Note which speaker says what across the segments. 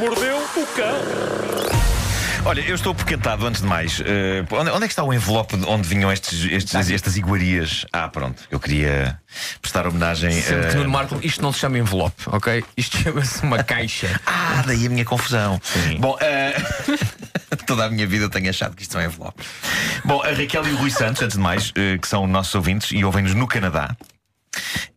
Speaker 1: O cão!
Speaker 2: Olha, eu estou porcantado antes de mais. Eh, onde, onde é que está o envelope de onde vinham estes, estes- estas iguarias? Ah, pronto. Eu queria prestar homenagem.
Speaker 3: Sendo que
Speaker 2: eh,
Speaker 3: Nuno Marco, isto não se chama envelope, ok? Isto chama-se uma caixa.
Speaker 2: Ah, daí a minha confusão. Bom, eh, toda a minha vida eu tenho achado que isto são envelopes. Bom, a Raquel e o Rui Santos, antes de mais, eh, que são nossos ouvintes e ouvem-nos no Canadá,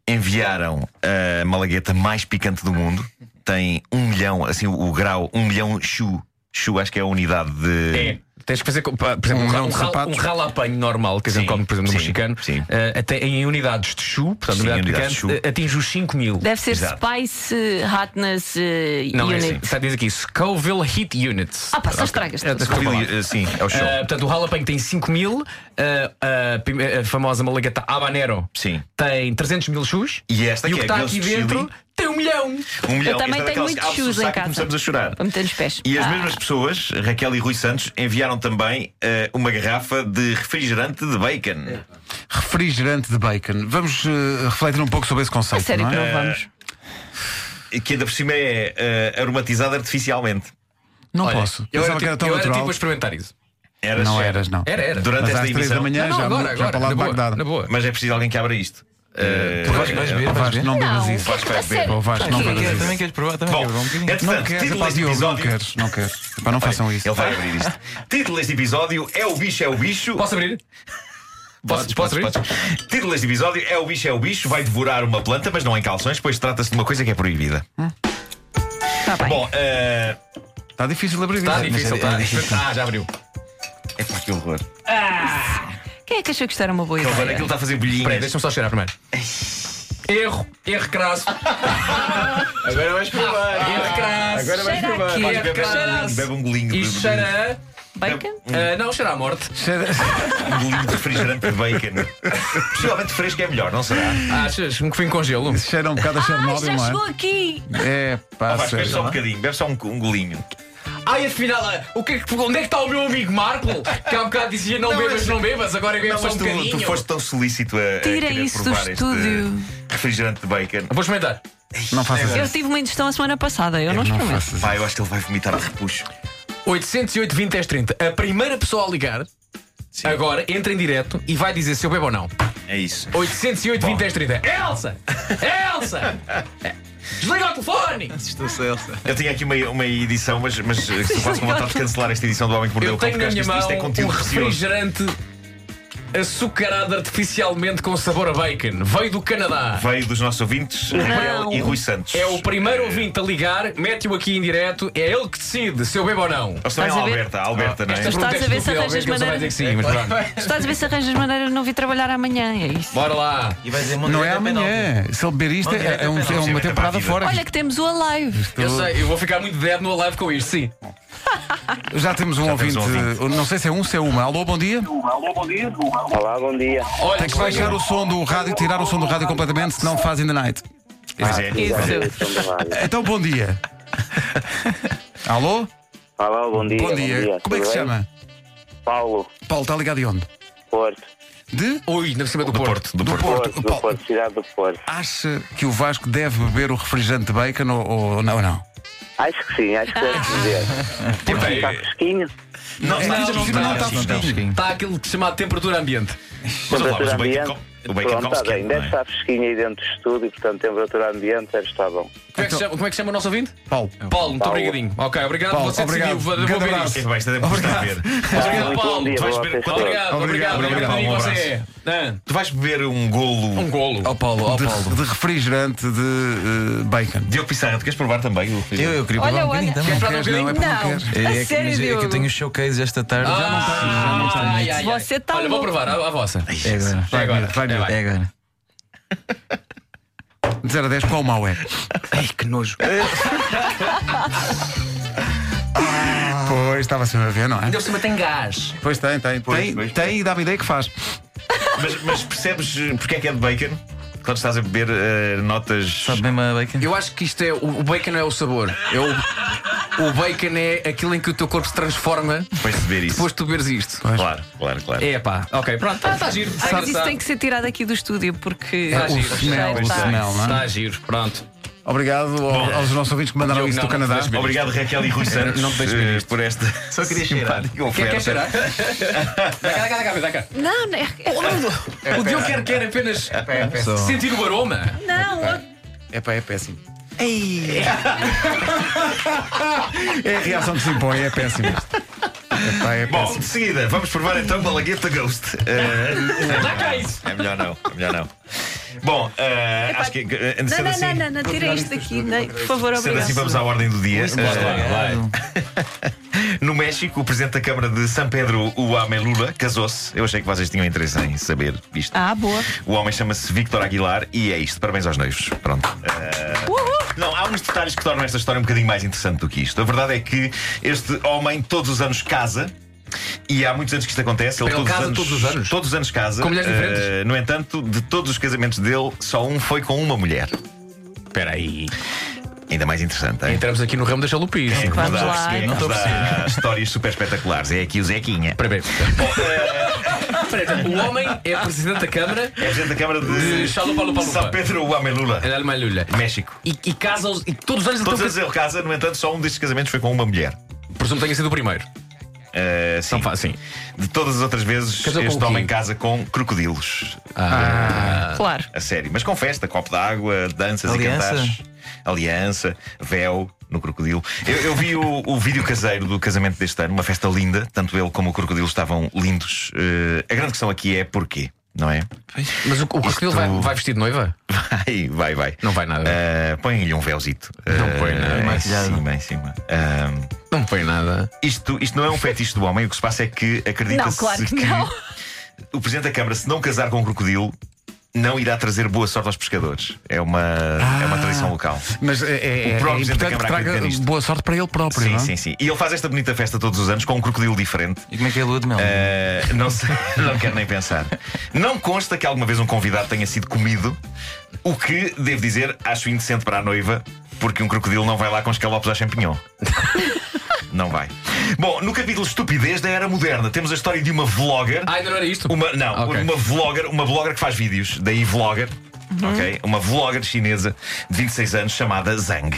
Speaker 2: enviaram a malagueta mais picante do mundo. Tem um milhão, assim, o, o grau, um milhão chu. Chu, acho que é a unidade de.
Speaker 3: É. Tens que fazer, com- pá, por exemplo, um,
Speaker 4: Um
Speaker 3: ra-
Speaker 4: grão
Speaker 3: um,
Speaker 4: de
Speaker 3: ra-
Speaker 4: sapatos.
Speaker 3: um ralapanho normal, que a gente
Speaker 2: Sim,
Speaker 3: come, por exemplo, no
Speaker 2: sim,
Speaker 3: mexicano,
Speaker 2: sim.
Speaker 3: eh, até em unidades de chu, portanto,
Speaker 2: Sim,
Speaker 3: unidade
Speaker 2: unidades
Speaker 3: picante,
Speaker 2: de chu.
Speaker 3: eh, atinge os 5 mil.
Speaker 5: Deve ser
Speaker 2: Exato.
Speaker 5: Spice Hotness eh,
Speaker 3: Não, é
Speaker 5: Unit.
Speaker 3: assim. Está a dizer aqui, Scoville Heat Units.
Speaker 5: Ah, pá, só estragas
Speaker 3: É,
Speaker 5: tudo.
Speaker 3: desculpa lá.
Speaker 2: Really, eh, sim, é o show.
Speaker 3: Eh, portanto, o ralapanho tem 5 mil, eh, a pime- a famosa malagueta habanero
Speaker 2: Sim.
Speaker 3: tem 300 mil chus
Speaker 2: E esta
Speaker 3: e o
Speaker 2: que
Speaker 3: que
Speaker 2: é
Speaker 3: está
Speaker 2: aqueles
Speaker 3: aqui
Speaker 2: de chili.
Speaker 3: dentro tem um milhão.
Speaker 2: Um milhão.
Speaker 5: Eu também
Speaker 2: Esta é
Speaker 5: tenho
Speaker 2: daquelas que
Speaker 5: muitos
Speaker 2: abre-se o
Speaker 5: shoes
Speaker 2: saco
Speaker 5: em
Speaker 2: e
Speaker 5: casa.
Speaker 2: Começamos a chorar.
Speaker 5: Para meter nos pés.
Speaker 2: E as
Speaker 5: Ah,
Speaker 2: mesmas pessoas, Raquel e Rui Santos, enviaram também eh, uma garrafa de refrigerante de bacon.
Speaker 3: É.
Speaker 4: Refrigerante de bacon. Vamos eh, refletir um pouco sobre esse
Speaker 5: A
Speaker 4: conceito.
Speaker 5: sério
Speaker 4: não
Speaker 5: que
Speaker 4: é?
Speaker 5: não vamos.
Speaker 2: Que ainda por cima é eh, aromatizada artificialmente.
Speaker 4: Não
Speaker 3: Olha,
Speaker 4: posso.
Speaker 3: Eu era,
Speaker 4: Pensava que era
Speaker 3: tipo,
Speaker 4: tão
Speaker 3: eu era
Speaker 4: natural.
Speaker 3: tipo a experimentar isso.
Speaker 2: Eras-
Speaker 4: Não eras, não.
Speaker 3: Era, era.
Speaker 2: Durante
Speaker 4: Mas às
Speaker 2: esta
Speaker 4: 3 da
Speaker 2: emissão.
Speaker 4: manhã
Speaker 3: não,
Speaker 4: já,
Speaker 3: agora,
Speaker 4: já para
Speaker 3: agora.
Speaker 4: lá
Speaker 3: Na
Speaker 4: de
Speaker 3: boa,
Speaker 4: Bagdade.
Speaker 3: na boa.
Speaker 2: Mas é preciso alguém que abra isto. Eh,
Speaker 3: vais-
Speaker 2: eh,
Speaker 3: vais ver.
Speaker 4: Vasco, não bebas
Speaker 5: Não,
Speaker 4: isso.
Speaker 2: Vasco,
Speaker 5: a
Speaker 2: vai beber.
Speaker 5: sério. Tá
Speaker 4: Ou Vasco, não bebas isso.
Speaker 6: Também queres provar?
Speaker 3: então,
Speaker 6: Também
Speaker 2: Bom,
Speaker 6: queres provar um bocadinho?
Speaker 2: entretanto,
Speaker 4: Não queres,
Speaker 2: título
Speaker 4: epá,
Speaker 2: deste
Speaker 4: Diogo, não
Speaker 2: episódio.
Speaker 4: queres, não queres. Epá, não façam isso.
Speaker 2: Ele vai abrir isto. Título deste episódio é o bicho, é o bicho.
Speaker 3: Posso abrir? Posso, posso abrir?
Speaker 2: Título deste episódio é o bicho, é o bicho. Vai devorar uma planta, mas não em calções, pois trata-se de uma coisa que é proibida.
Speaker 5: Está Tá bem.
Speaker 2: Bom, eh,
Speaker 4: Está Tá difícil abrir
Speaker 3: Está
Speaker 4: isso.
Speaker 3: Tá difícil, está. Ah, já abriu.
Speaker 2: é pá, que horror.
Speaker 5: Quem é que achou que isto era uma boa
Speaker 2: Ele vai-
Speaker 5: ideia?
Speaker 2: Aquilo está a fazer
Speaker 3: Espera aí,
Speaker 2: bolhinhas.
Speaker 3: deixa-me só cheirar primeiro. Erro, erro crasso.
Speaker 6: Agora vais provar.
Speaker 3: Erro crasso.
Speaker 6: Agora vais
Speaker 5: Cheira
Speaker 6: provar.
Speaker 5: aqui.
Speaker 3: Vai,
Speaker 2: Bebe um golinho, bebe um golinho de-
Speaker 3: Isto cheira
Speaker 5: Bacon?
Speaker 3: a. ah, não, cheira à morte.
Speaker 2: Um bolinho de refrigerante de bacon. Possivelmente fresco é melhor, não será?
Speaker 3: Ah, Achas que foi em congelo?
Speaker 4: Cheira um bocado a
Speaker 5: Ah,
Speaker 4: Chernobyl,
Speaker 5: já
Speaker 4: não
Speaker 5: chegou
Speaker 4: é?
Speaker 5: aqui.
Speaker 4: É, pá,
Speaker 2: Ah, Vasco, bebe
Speaker 4: sério.
Speaker 2: só um bocadinho, bebe só um, um golinho.
Speaker 3: Ai, afinal, ah, o que, é que- onde é que está o meu amigo Marco? Que há bocado dizia não, bebas, não bebas, agora é bebes só um
Speaker 2: tu, tu
Speaker 3: bocadinho.
Speaker 2: foste tão solícito a, a
Speaker 5: Tira
Speaker 2: querer
Speaker 5: isso do
Speaker 2: provar
Speaker 5: estúdio.
Speaker 2: este refrigerante de bacon.
Speaker 3: Vou experimentar.
Speaker 4: Não faças
Speaker 5: Eu
Speaker 4: isso.
Speaker 5: tive uma ingestão a semana passada, eu não
Speaker 4: Não
Speaker 5: experimento.
Speaker 4: faças isso.
Speaker 2: Pá, eu acho que ele vai vomitar de repuxo.
Speaker 3: 808 20 10 30. A primeira pessoa a ligar agora entra em direto e vai dizer se eu bebo ou não.
Speaker 2: É isso.
Speaker 3: 808 20 10 30. Elsa! Elsa! Desliga o telefone!
Speaker 6: Estou Celsa.
Speaker 2: Eu tinha aqui uma, uma edição, mas, mas estou quase com vontade de cancelar esta edição do Homem que Mordeu
Speaker 3: Eu
Speaker 2: o Cão,
Speaker 3: tenho na
Speaker 2: porque
Speaker 3: minha
Speaker 2: acho que
Speaker 3: mão
Speaker 2: isto, isto é
Speaker 3: um
Speaker 2: conteúdo precioso.
Speaker 3: refrigerante açucarado artificialmente com sabor a bacon. Veio do Canadá.
Speaker 2: Veio dos nossos ouvintes, Raquel e Rui Santos.
Speaker 3: É o primeiro ouvinte a ligar, mete-o aqui em direto, é ele que decide se eu bebo ou não.
Speaker 2: Ou se não é a
Speaker 5: Estás a ver?
Speaker 2: Alberta, a Alberta, não é?
Speaker 3: Estas
Speaker 5: Estás
Speaker 3: perguntas
Speaker 5: a ver
Speaker 3: do
Speaker 5: se
Speaker 3: Fidel,
Speaker 5: arranjas
Speaker 3: que ele só vai
Speaker 5: maneira-
Speaker 3: dizer que sim, mas pronto.
Speaker 5: Estás a ver se arranjas maneira de não vir trabalhar amanhã, é isso.
Speaker 3: Bora lá.
Speaker 6: E vais dizer,
Speaker 4: Não é amanhã. Se ele beber isto,
Speaker 6: Não,
Speaker 4: é, é um-
Speaker 6: não,
Speaker 4: é uma
Speaker 2: não,
Speaker 4: temporada
Speaker 2: não,
Speaker 4: fora.
Speaker 5: Olha que temos o Alive.
Speaker 3: Eu sei, eu vou ficar muito dead no live com isto, sim.
Speaker 4: Já temos um
Speaker 2: temos
Speaker 4: ouvinte.
Speaker 2: um
Speaker 4: Não sei se é um, se é uma. Alô, bom dia.
Speaker 7: Olá, bom dia.
Speaker 3: Olha,
Speaker 4: Tem que baixar o som do rádio, tirar o som do rádio completamente, senão faz in the night.
Speaker 2: Pois é.
Speaker 5: Isso.
Speaker 7: Sou do rádio.
Speaker 4: Então, bom dia. Alô?
Speaker 7: Olá, bom dia.
Speaker 4: Bom dia. Como é que
Speaker 7: Tudo
Speaker 4: se
Speaker 7: bem?
Speaker 4: chama?
Speaker 7: Paulo
Speaker 4: Paulo, está ligado de onde?
Speaker 7: Porto.
Speaker 4: De?
Speaker 3: Ui, na cima do,
Speaker 2: Do
Speaker 3: Porto.
Speaker 2: Porto, do Porto.
Speaker 7: Porto, do
Speaker 4: Paulo,
Speaker 7: Porto, cidade do Porto.
Speaker 4: acha que o Vasco deve beber o refrigerante de bacon ou, ou não? não?
Speaker 7: Acho que sim, acho que
Speaker 2: Ah.
Speaker 7: deve dizer.
Speaker 3: Porto.
Speaker 7: Está
Speaker 2: É.
Speaker 7: fresquinho?
Speaker 2: Não,
Speaker 4: É,
Speaker 2: não,
Speaker 4: ainda por cima
Speaker 2: não,
Speaker 4: não está
Speaker 2: não, não.
Speaker 4: fresquinho.
Speaker 3: Está aquele que se chama a temperatura ambiente.
Speaker 2: Mas olha lá, mas
Speaker 7: Temperatura
Speaker 2: o bacon,
Speaker 7: ambiente.
Speaker 2: com- o bacon
Speaker 7: Pronto,
Speaker 2: come-se
Speaker 7: está
Speaker 2: quente,
Speaker 7: bem.
Speaker 2: não
Speaker 7: Deve
Speaker 2: é?
Speaker 7: estar fresquinho aí dentro do estúdio, portanto, temperatura ambiente deve estar bom.
Speaker 3: Como é que, se chama, como é que se chama o nosso ouvinte?
Speaker 4: Paulo.
Speaker 3: Paulo, muito
Speaker 7: Paulo.
Speaker 3: obrigadinho. Ok, obrigado.
Speaker 4: Paulo,
Speaker 3: Você
Speaker 4: obrigado.
Speaker 3: decidiu, vou, vou
Speaker 4: Grande
Speaker 3: ver
Speaker 4: abraço.
Speaker 3: isto.
Speaker 2: É, vai, isto é depois está a ver.
Speaker 3: Obrigado,
Speaker 7: Muito bom
Speaker 3: Paulo.
Speaker 2: tu
Speaker 7: dia para
Speaker 2: vais
Speaker 7: vocês
Speaker 2: beber-
Speaker 7: todos.
Speaker 3: Obrigado, obrigado,
Speaker 2: Obrigado,
Speaker 3: obrigado.
Speaker 2: Paulo,
Speaker 3: E
Speaker 2: um
Speaker 3: você
Speaker 2: abraço.
Speaker 3: é? Ah,
Speaker 2: Tu vais beber um golo.
Speaker 3: Um golo.
Speaker 4: Ó Paulo, ó
Speaker 3: De-
Speaker 4: Paulo. De refrigerante de eh, bacon.
Speaker 2: Diogo Pissarra, tu queres provar também? o
Speaker 6: Eu,
Speaker 2: refrigerante?
Speaker 6: eu queria
Speaker 5: Olha,
Speaker 6: provar um
Speaker 5: olha.
Speaker 6: bocadinho também.
Speaker 4: Não
Speaker 5: Quer
Speaker 3: provar um
Speaker 4: queres, não, é porque não
Speaker 5: Não,
Speaker 4: queres.
Speaker 6: É,
Speaker 5: a
Speaker 6: é, que,
Speaker 5: sério,
Speaker 6: mas é que eu tenho
Speaker 5: Diogo.
Speaker 6: o showcase esta tarde. já não
Speaker 3: tá-
Speaker 6: sei.
Speaker 3: Ah, Ai, ai, ai.
Speaker 5: Você tá
Speaker 3: Olha, vou
Speaker 5: louco.
Speaker 3: provar a, a vossa. É
Speaker 6: É agora.
Speaker 4: Vai,
Speaker 3: agora.
Speaker 4: Mira, vai, Mira.
Speaker 6: É agora.
Speaker 4: De 0 a 10, qual mau é?
Speaker 6: Ai, que nojo.
Speaker 4: Pois, estava sempre a ver, não é?
Speaker 3: Ainda por cima tem gás.
Speaker 4: Pois tem, tem.
Speaker 2: Pois,
Speaker 4: tem
Speaker 2: pois,
Speaker 4: tem e dá-me ideia que faz.
Speaker 2: Mas, mas percebes eh, porque é que é de bacon? Quando estás a beber eh, notas.
Speaker 6: Sabe mesmo a bacon?
Speaker 3: Eu acho que isto é. O o bacon não é o sabor. É o, o bacon é aquilo em que o teu corpo se transforma
Speaker 2: Depois de beber isso.
Speaker 3: depois de tu beberes isto.
Speaker 2: Claro, claro, claro.
Speaker 3: É pá. Ok, pronto. Está tá giro.
Speaker 5: Ah, mas isso tem que ser tirado aqui do estúdio porque
Speaker 4: É,
Speaker 3: Tá
Speaker 4: o
Speaker 3: giro.
Speaker 4: smell,
Speaker 5: Já
Speaker 4: o
Speaker 5: está.
Speaker 4: smell, não é?
Speaker 3: Está giro. Pronto.
Speaker 4: Obrigado ao- aos nossos ouvintes que mandaram
Speaker 3: Diogo,
Speaker 4: isso
Speaker 3: não,
Speaker 4: do Canadá.
Speaker 3: não
Speaker 2: Obrigado, Raquel e Rui Santos,
Speaker 6: não te deixes
Speaker 2: eh,
Speaker 6: ver isto.
Speaker 2: por esta
Speaker 6: Só queria cheirar.
Speaker 2: simpática
Speaker 3: Quem quer
Speaker 2: oferta.
Speaker 3: cheirar? É, Dá cá, dá cá, dá cá, dá cá.
Speaker 5: Não, é- não,
Speaker 3: O Diogo quer, quer apenas sentir o aroma.
Speaker 5: não.
Speaker 6: É pá, é péssimo.
Speaker 4: É a reação que se impõe, é péssimo. isto. Epá, é péssimo.
Speaker 2: Bom, de seguida, vamos provar então Malagueta Ghost. Eh,
Speaker 3: Dá cá isso.
Speaker 2: é melhor não, é melhor não. Bom, eh, acho que. eh,
Speaker 5: Não,
Speaker 2: sendo
Speaker 5: não,
Speaker 2: assim-
Speaker 5: não, não, não, tira isto daqui, não, por favor,
Speaker 2: Sendo assim, vamos
Speaker 5: obrigado.
Speaker 2: à ordem do dia. Eh, No México, o presidente da Câmara de São Pedro, o Amém Lula, casou-se. Eu achei que vocês tinham interesse em saber isto.
Speaker 5: Ah, boa.
Speaker 2: O homem chama-se Victor Aguilar e é isto. Parabéns aos noivos. Pronto. Eh, Não, há uns detalhes que tornam esta história um bocadinho mais interessante do que isto. A verdade é que este homem todos os anos casa. E há muitos anos que isto acontece.
Speaker 3: Ele casa todos os anos?
Speaker 2: Todos os anos casa.
Speaker 3: Com mulheres
Speaker 2: Eh,
Speaker 3: diferentes?
Speaker 2: no entanto, de todos os casamentos dele, só um foi com uma mulher.
Speaker 3: Espera aí.
Speaker 2: Ainda mais interessante, hein?
Speaker 3: Entramos aqui no ramo da chalupias.
Speaker 2: É que nos
Speaker 5: Vamos
Speaker 2: dá-
Speaker 5: lá,
Speaker 2: é que nos
Speaker 5: então.
Speaker 2: dá histórias super espetaculares. É aqui o Zequinha.
Speaker 3: Parabéns. O homem é presidente da Câmara
Speaker 2: É presidente da Câmara de
Speaker 3: de Xalupalupalupa.
Speaker 2: São Pedro Amelula,
Speaker 3: da Almalhulha.
Speaker 2: México.
Speaker 3: E, e casa os- e todos os anos ele
Speaker 2: Todos
Speaker 3: tem um
Speaker 2: eles ele casa, no entanto, só um destes casamentos foi com uma mulher.
Speaker 3: casamento. Presumo que tenha sido o primeiro.
Speaker 2: Eh, sim.
Speaker 3: fa- sim.
Speaker 2: De todas as outras vezes,
Speaker 3: Casou com
Speaker 2: este
Speaker 3: o
Speaker 2: homem
Speaker 3: quê?
Speaker 2: casa com crocodilos.
Speaker 5: Claro.
Speaker 2: A sério. Mas com festa, copo d'água, danças
Speaker 6: Aliança?
Speaker 2: e cantares. Aliança, véu no crocodilo. Eu, eu vi o, o vídeo caseiro do casamento deste ano, uma festa linda. Tanto ele como o crocodilo estavam lindos. Eh, a grande questão aqui é porquê, não é?
Speaker 3: Mas o, o Crocodilo vai, vai vestido de noiva?
Speaker 2: Vai, vai, vai.
Speaker 3: Não vai nada.
Speaker 2: Ah, Põe-lhe um véuzito. Ah,
Speaker 3: Não põe nada.
Speaker 2: Em
Speaker 6: Maquilhado.
Speaker 2: cima, em cima. Ah,
Speaker 3: Não põe nada.
Speaker 2: isto, isto não é um fetiche do homem. O que se passa é que acredita-se
Speaker 5: Não, claro que não.
Speaker 2: o Presidente da Câmara, se não casar com um crocodilo, não irá trazer boa sorte aos pescadores. É uma, é
Speaker 3: Ah.
Speaker 2: uma tradição local.
Speaker 4: Mas é, é,
Speaker 2: O
Speaker 4: é
Speaker 2: próprio Presidente da
Speaker 4: importante que
Speaker 2: Câmara
Speaker 4: traga
Speaker 2: acredita nisto.
Speaker 4: boa sorte para ele próprio,
Speaker 2: Sim,
Speaker 4: não é?
Speaker 2: sim, sim. E ele faz esta bonita festa todos os anos com um crocodilo diferente.
Speaker 6: E como é que é a lua de mel?
Speaker 2: Ah, não sei, não quero nem pensar. Não consta que alguma vez um convidado tenha sido comido, o que, devo dizer, acho indecente para a noiva, porque um crocodilo não vai lá com escalopes a champignon. Não vai. Bom, no capítulo Estupidez da Era Moderna, temos a história de uma vlogger.
Speaker 3: Ah, ainda não era isto?
Speaker 2: Uma, não,
Speaker 3: Ok.
Speaker 2: uma vlogger, uma vlogger que faz vídeos, daí vlogger, ok? Uma vlogger chinesa de 26 anos chamada Zhang.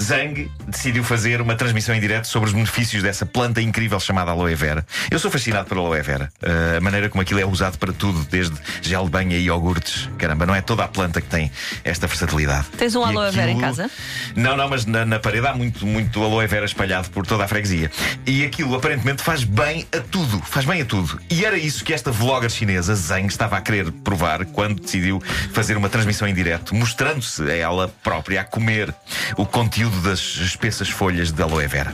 Speaker 2: Zhang decidiu fazer uma transmissão em direto sobre os benefícios dessa planta incrível chamada aloe vera. Eu sou fascinado pela aloe vera, eh, a maneira como aquilo é usado para tudo, desde gel de banho a iogurtes. Caramba, não é toda a planta que tem esta versatilidade.
Speaker 5: Tens um
Speaker 2: E
Speaker 5: aloe vera em casa?
Speaker 2: Não, não, mas na, na parede há muito, muito aloe vera espalhado por toda a freguesia. E aquilo aparentemente faz bem a tudo. Faz bem a tudo. E era isso que esta vlogger chinesa, Zeng, estava a querer provar quando decidiu fazer uma transmissão em direto, mostrando-se a ela própria a comer o conteúdo das espessas folhas de aloe vera.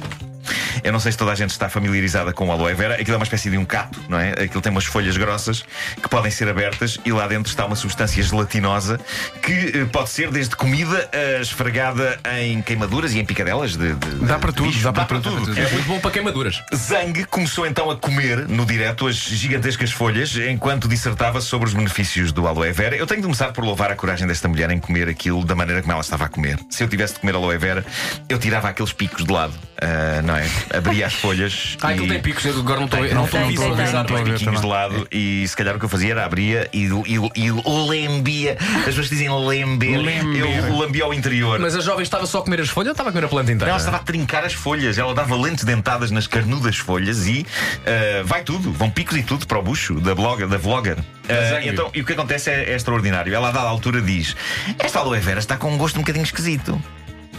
Speaker 2: Eu não sei se toda a gente está familiarizada com o aloe vera. Aquilo é uma espécie de um cato, não é? Aquilo tem umas folhas grossas que podem ser abertas e lá dentro está uma substância gelatinosa que eh, pode ser desde comida a esfregada em queimaduras e em picadelas. De, de-
Speaker 4: Dá
Speaker 2: de
Speaker 4: para tudo,
Speaker 2: bicho.
Speaker 4: dá para tudo, dá para tudo.
Speaker 3: É muito bom para queimaduras.
Speaker 2: Zang começou então a comer no direto as gigantescas folhas enquanto dissertava sobre os benefícios do aloe vera. Eu tenho de começar por louvar a coragem desta mulher em comer aquilo da maneira como ela estava a comer. Se eu tivesse de comer aloe vera, eu tirava aqueles picos de lado, ah, não é? Abria as folhas.
Speaker 3: Ah,
Speaker 2: e...
Speaker 3: aquilo tem picos, eu agora não estou
Speaker 2: Não,
Speaker 3: estou
Speaker 5: tem,
Speaker 3: estou
Speaker 5: tem, tem.
Speaker 3: visualizar.
Speaker 2: Os
Speaker 4: Estou a ver
Speaker 2: biquinhos de
Speaker 4: também.
Speaker 2: lado e se calhar o que eu fazia era abria e, e, e lambia. As pessoas dizem lamber. Eu lambia ao interior.
Speaker 3: Mas a jovem estava só a comer as folhas ou estava a comer a planta inteira?
Speaker 2: Ela estava a trincar as folhas, ela dava lentes dentadas nas carnudas folhas e ah, vai tudo, vão picos e tudo para o bucho da blogger. Da vlogger. Ah,
Speaker 3: sangue.
Speaker 2: então, e o que acontece é, é extraordinário. Ela, a dada altura, diz: Esta aloe vera está com um gosto um bocadinho esquisito.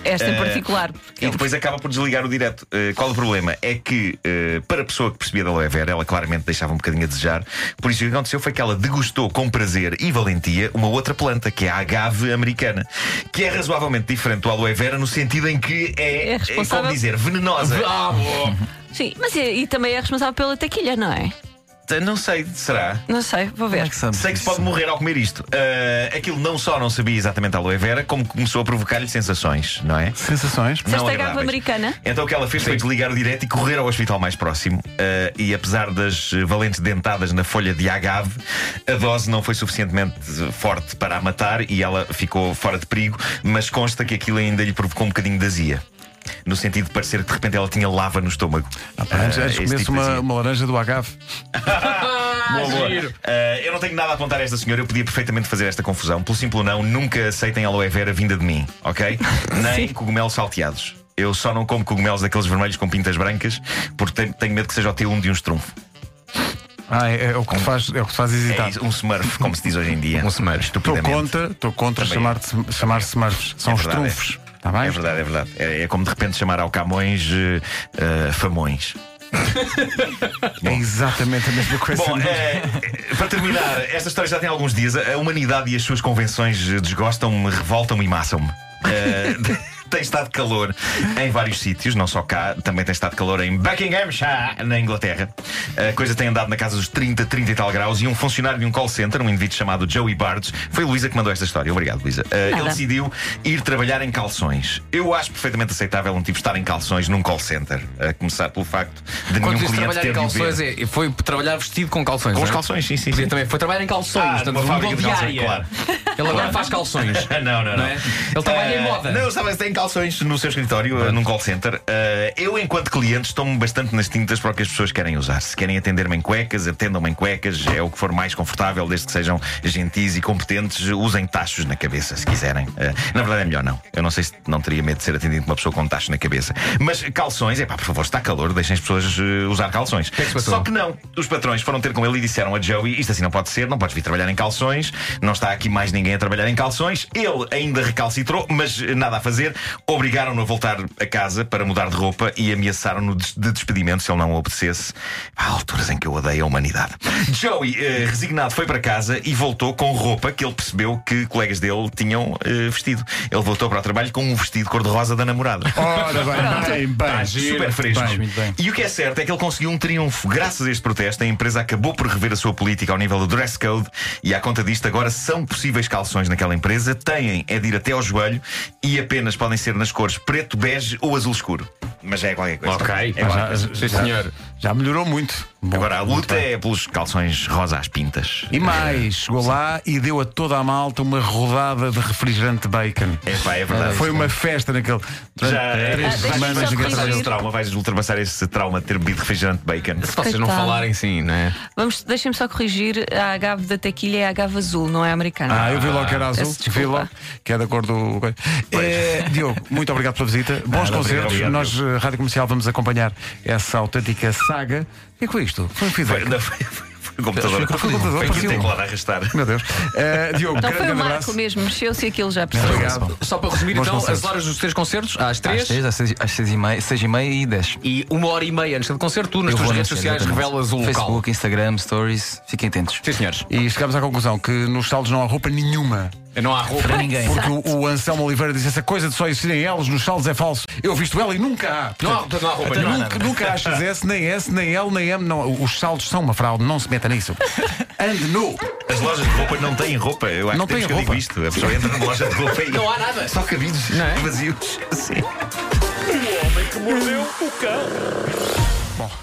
Speaker 5: Esta em
Speaker 2: Eh,
Speaker 5: particular. porque
Speaker 2: E depois acaba por desligar o direto. Eh, qual o problema? É que, eh, para a pessoa que percebia da aloe vera, ela claramente deixava um bocadinho a desejar. Por isso, o que aconteceu foi que ela degustou com prazer e valentia uma outra planta, que é a agave americana, que é razoavelmente diferente do aloe vera no sentido em que é,
Speaker 5: É responsável.
Speaker 2: como dizer, venenosa.
Speaker 3: Ah, boa.
Speaker 5: Sim, mas e, e também é responsável pela taquilha, não é?
Speaker 2: Não sei, será?
Speaker 5: Não sei, vou ver.
Speaker 2: Sei que se pode morrer ao comer isto. Eh, aquilo não só não sabia exatamente a aloe vera, como começou a provocar-lhe sensações, não é?
Speaker 4: Sensações.
Speaker 5: Se esta
Speaker 2: agradáveis.
Speaker 5: gava americana.
Speaker 2: Então o que ela fez foi desligar o direto e correr ao hospital mais próximo. Ah, e apesar das eh, valentes dentadas na folha de agave, a dose não foi suficientemente eh, forte para a matar e ela ficou fora de perigo, mas consta que aquilo ainda lhe provocou um bocadinho de azia. No sentido de parecer que de repente ela tinha lava no estômago.
Speaker 4: Antes,
Speaker 2: Ah,
Speaker 4: antes
Speaker 2: esse
Speaker 4: comesse
Speaker 2: tipo de
Speaker 4: uma,
Speaker 2: azia.
Speaker 4: uma laranja do agave.
Speaker 3: Ah, giro.
Speaker 2: Eh, eu não tenho nada a apontar a esta senhora, eu podia perfeitamente fazer esta confusão. Pelo simples não, nunca aceitem aloe vera vinda de mim, ok? Nem cogumelos salteados. Eu só não como cogumelos daqueles vermelhos com pintas brancas, porque tenho, tenho medo que seja o T1 de um estrunfo.
Speaker 4: Ah, é, é o que te faz, é o que te faz hesitar.
Speaker 2: Hum. É isso, um smurf, como se diz hoje em dia.
Speaker 3: Tá. Um smurf.
Speaker 4: Estou
Speaker 2: Estupidamente.
Speaker 4: contra, estou contra
Speaker 2: Também é.
Speaker 4: chamar-te- chamar-se Smurfs. São
Speaker 2: É
Speaker 4: os
Speaker 2: verdade, é.
Speaker 4: trunfos. Está bem?
Speaker 2: É verdade, é verdade. É, é como de repente chamar ao Camões eh, eh, Famões.
Speaker 4: É exatamente a mesma coisa.
Speaker 2: Bom,
Speaker 4: não é?
Speaker 2: eh, eh, para terminar, esta história já tem alguns dias. A a humanidade e as suas convenções eh, desgostam-me, revoltam-me e maçam-me. Eh, tem estado calor em vários sítios, não só cá, também tem estado calor em Buckinghamshire, na Inglaterra. A coisa tem andado na casa dos 30, 30 e tal graus. E um funcionário de um call center, um indivíduo chamado Joey Bards, foi a Luísa que mandou esta história. Obrigado, Luísa. Eh, ele
Speaker 5: Nada.
Speaker 2: decidiu ir trabalhar em calções. Eu acho perfeitamente aceitável um tipo estar em calções num call center. A começar pelo facto de nenhum
Speaker 3: Quando disse
Speaker 2: cliente
Speaker 3: trabalhar
Speaker 2: ter
Speaker 3: em
Speaker 2: de o ver.
Speaker 3: calções, é, foi trabalhar vestido com calções.
Speaker 2: Com
Speaker 3: não
Speaker 2: os
Speaker 3: é?
Speaker 2: calções, sim, sim,
Speaker 3: Podia
Speaker 2: sim.
Speaker 3: também foi trabalhar em calções,
Speaker 2: Ah,
Speaker 3: portanto, um
Speaker 2: numa fábrica de calções,
Speaker 3: rodoviária.
Speaker 2: claro.
Speaker 3: Ele agora
Speaker 2: Claro.
Speaker 3: faz calções.
Speaker 2: não, não, não.
Speaker 3: Não é? Ele trabalha em
Speaker 2: Eh,
Speaker 3: moda.
Speaker 2: Não, estava tem calções no seu escritório, eh, num call center. Eh, eu, enquanto cliente, estou-me bastante nas tintas para o que as pessoas querem usar. Se querem atender-me em cuecas, atendam-me em cuecas. É o que for mais confortável, desde que sejam gentis e competentes. Usem tachos na cabeça, se quiserem. Eh, na verdade, é melhor não. Eu não sei se não teria medo de ser atendido por uma pessoa com um tacho na cabeça. Mas calções, é pá, por favor, está calor, deixem as pessoas eh, usar calções.
Speaker 3: que se passou?
Speaker 2: Só que não. Os patrões foram ter com ele e disseram a Joey: Isto assim não pode ser, não podes vir trabalhar em calções, não está aqui mais ninguém a trabalhar em calções. Ele ainda recalcitrou, mas eh, nada a fazer. Obrigaram-no a voltar a casa para mudar de roupa e ameaçaram-no de de despedimento se ele não obedecesse. Há alturas em que eu odeio a humanidade. Joey, eh, resignado, foi para casa e voltou com roupa que ele percebeu que colegas dele tinham eh, vestido. Ele voltou para o trabalho com um vestido cor-de-rosa da namorada.
Speaker 4: Ora bem, bem, bem.
Speaker 2: Tá Super fresco.
Speaker 4: Bem, muito bem.
Speaker 2: E o que é certo é que ele conseguiu um triunfo. Graças a este protesto, a empresa acabou por rever a sua política ao nível do dress code e, à conta disto, agora são possíveis calções naquela empresa. Têm é de ir até ao joelho e apenas podem ser nas cores preto, bege ou azul escuro. Mas já é qualquer coisa.
Speaker 3: Ok.
Speaker 2: É qualquer
Speaker 4: Já,
Speaker 2: coisa.
Speaker 4: já,
Speaker 3: senhor.
Speaker 4: já melhorou muito. Bom,
Speaker 2: Agora, a
Speaker 4: muito
Speaker 2: luta
Speaker 4: bem.
Speaker 2: é pelos calções rosa às pintas.
Speaker 4: E mais, chegou lá e deu a toda a malta uma rodada de refrigerante bacon.
Speaker 2: É, pá, é verdade.
Speaker 4: Foi uma festa naquele. durante
Speaker 2: Já é.
Speaker 4: três
Speaker 5: Ah, deixa-me
Speaker 4: semanas
Speaker 5: só
Speaker 4: naquele
Speaker 2: Vais ultrapassar
Speaker 5: corrigir.
Speaker 2: esse um trauma, vais ultrapassar esse trauma de ter bebido refrigerante bacon.
Speaker 3: Se vocês não
Speaker 5: Coitado.
Speaker 3: falarem, sim, não é?
Speaker 5: Vamos, deixem-me só corrigir. A agave da tequilha é a agave azul, não é americana.
Speaker 4: Ah, eu vi logo que era azul,
Speaker 5: peço
Speaker 4: vi
Speaker 5: desculpa.
Speaker 4: logo, que é da cor do. É, Diogo, muito obrigado pela visita. Bons
Speaker 2: Nada,
Speaker 4: concertos.
Speaker 2: obrigado,
Speaker 4: Nós, eh, Rádio Comercial, vamos acompanhar essa autêntica saga. O que é que foi isto? Foi um
Speaker 2: Foi,
Speaker 4: feedback.
Speaker 2: não, foi, foi, foi o computador.
Speaker 4: Foi o computador,
Speaker 2: Foi aqui o
Speaker 4: parecia. um
Speaker 2: teclado a arrastar.
Speaker 4: Meu Deus. Eh, Diogo,
Speaker 5: Então
Speaker 4: grande,
Speaker 5: foi
Speaker 4: grande
Speaker 5: o Marco
Speaker 4: abraço.
Speaker 5: mesmo, mexeu-se e aquilo já percebeu.
Speaker 4: Obrigado.
Speaker 3: Só para resumir,
Speaker 4: Bons
Speaker 3: então,
Speaker 4: concertos.
Speaker 3: as horas dos três concertos, às
Speaker 6: Às
Speaker 3: três.
Speaker 6: três, às seis, às seis e meia, seis e meia e dez.
Speaker 3: E uma hora e meia antes do concerto, tu nas
Speaker 6: Eu vou
Speaker 3: tuas redes
Speaker 6: anunciar,
Speaker 3: sociais
Speaker 6: exatamente.
Speaker 3: revelas o local.
Speaker 6: Facebook, Instagram, Stories. Fiquem atentos.
Speaker 3: Sim, senhores.
Speaker 4: E chegámos à conclusão que nos saldos não há roupa nenhuma.
Speaker 3: Não há roupa.
Speaker 6: Para ninguém.
Speaker 4: Porque o, o Anselmo Oliveira disse essa coisa de só existirem elas nos saldos é falso. Eu visto ela e nunca há.
Speaker 3: Não há, não há roupa.
Speaker 6: Então
Speaker 3: nenhuma.
Speaker 6: não há
Speaker 4: Nunca, nunca achas S, nem S, nem L, nem M. Não, os saldos são uma fraude, não se meta nisso. Ande nu.
Speaker 2: As lojas de roupa não têm roupa. Eu acho
Speaker 4: Não
Speaker 2: que temos
Speaker 4: têm
Speaker 2: que
Speaker 4: roupa.
Speaker 2: Eu digo isto. A pessoa entra numa loja de roupa e
Speaker 3: Não há nada.
Speaker 2: Só cabidos
Speaker 3: Não é?
Speaker 2: vazios. Sim.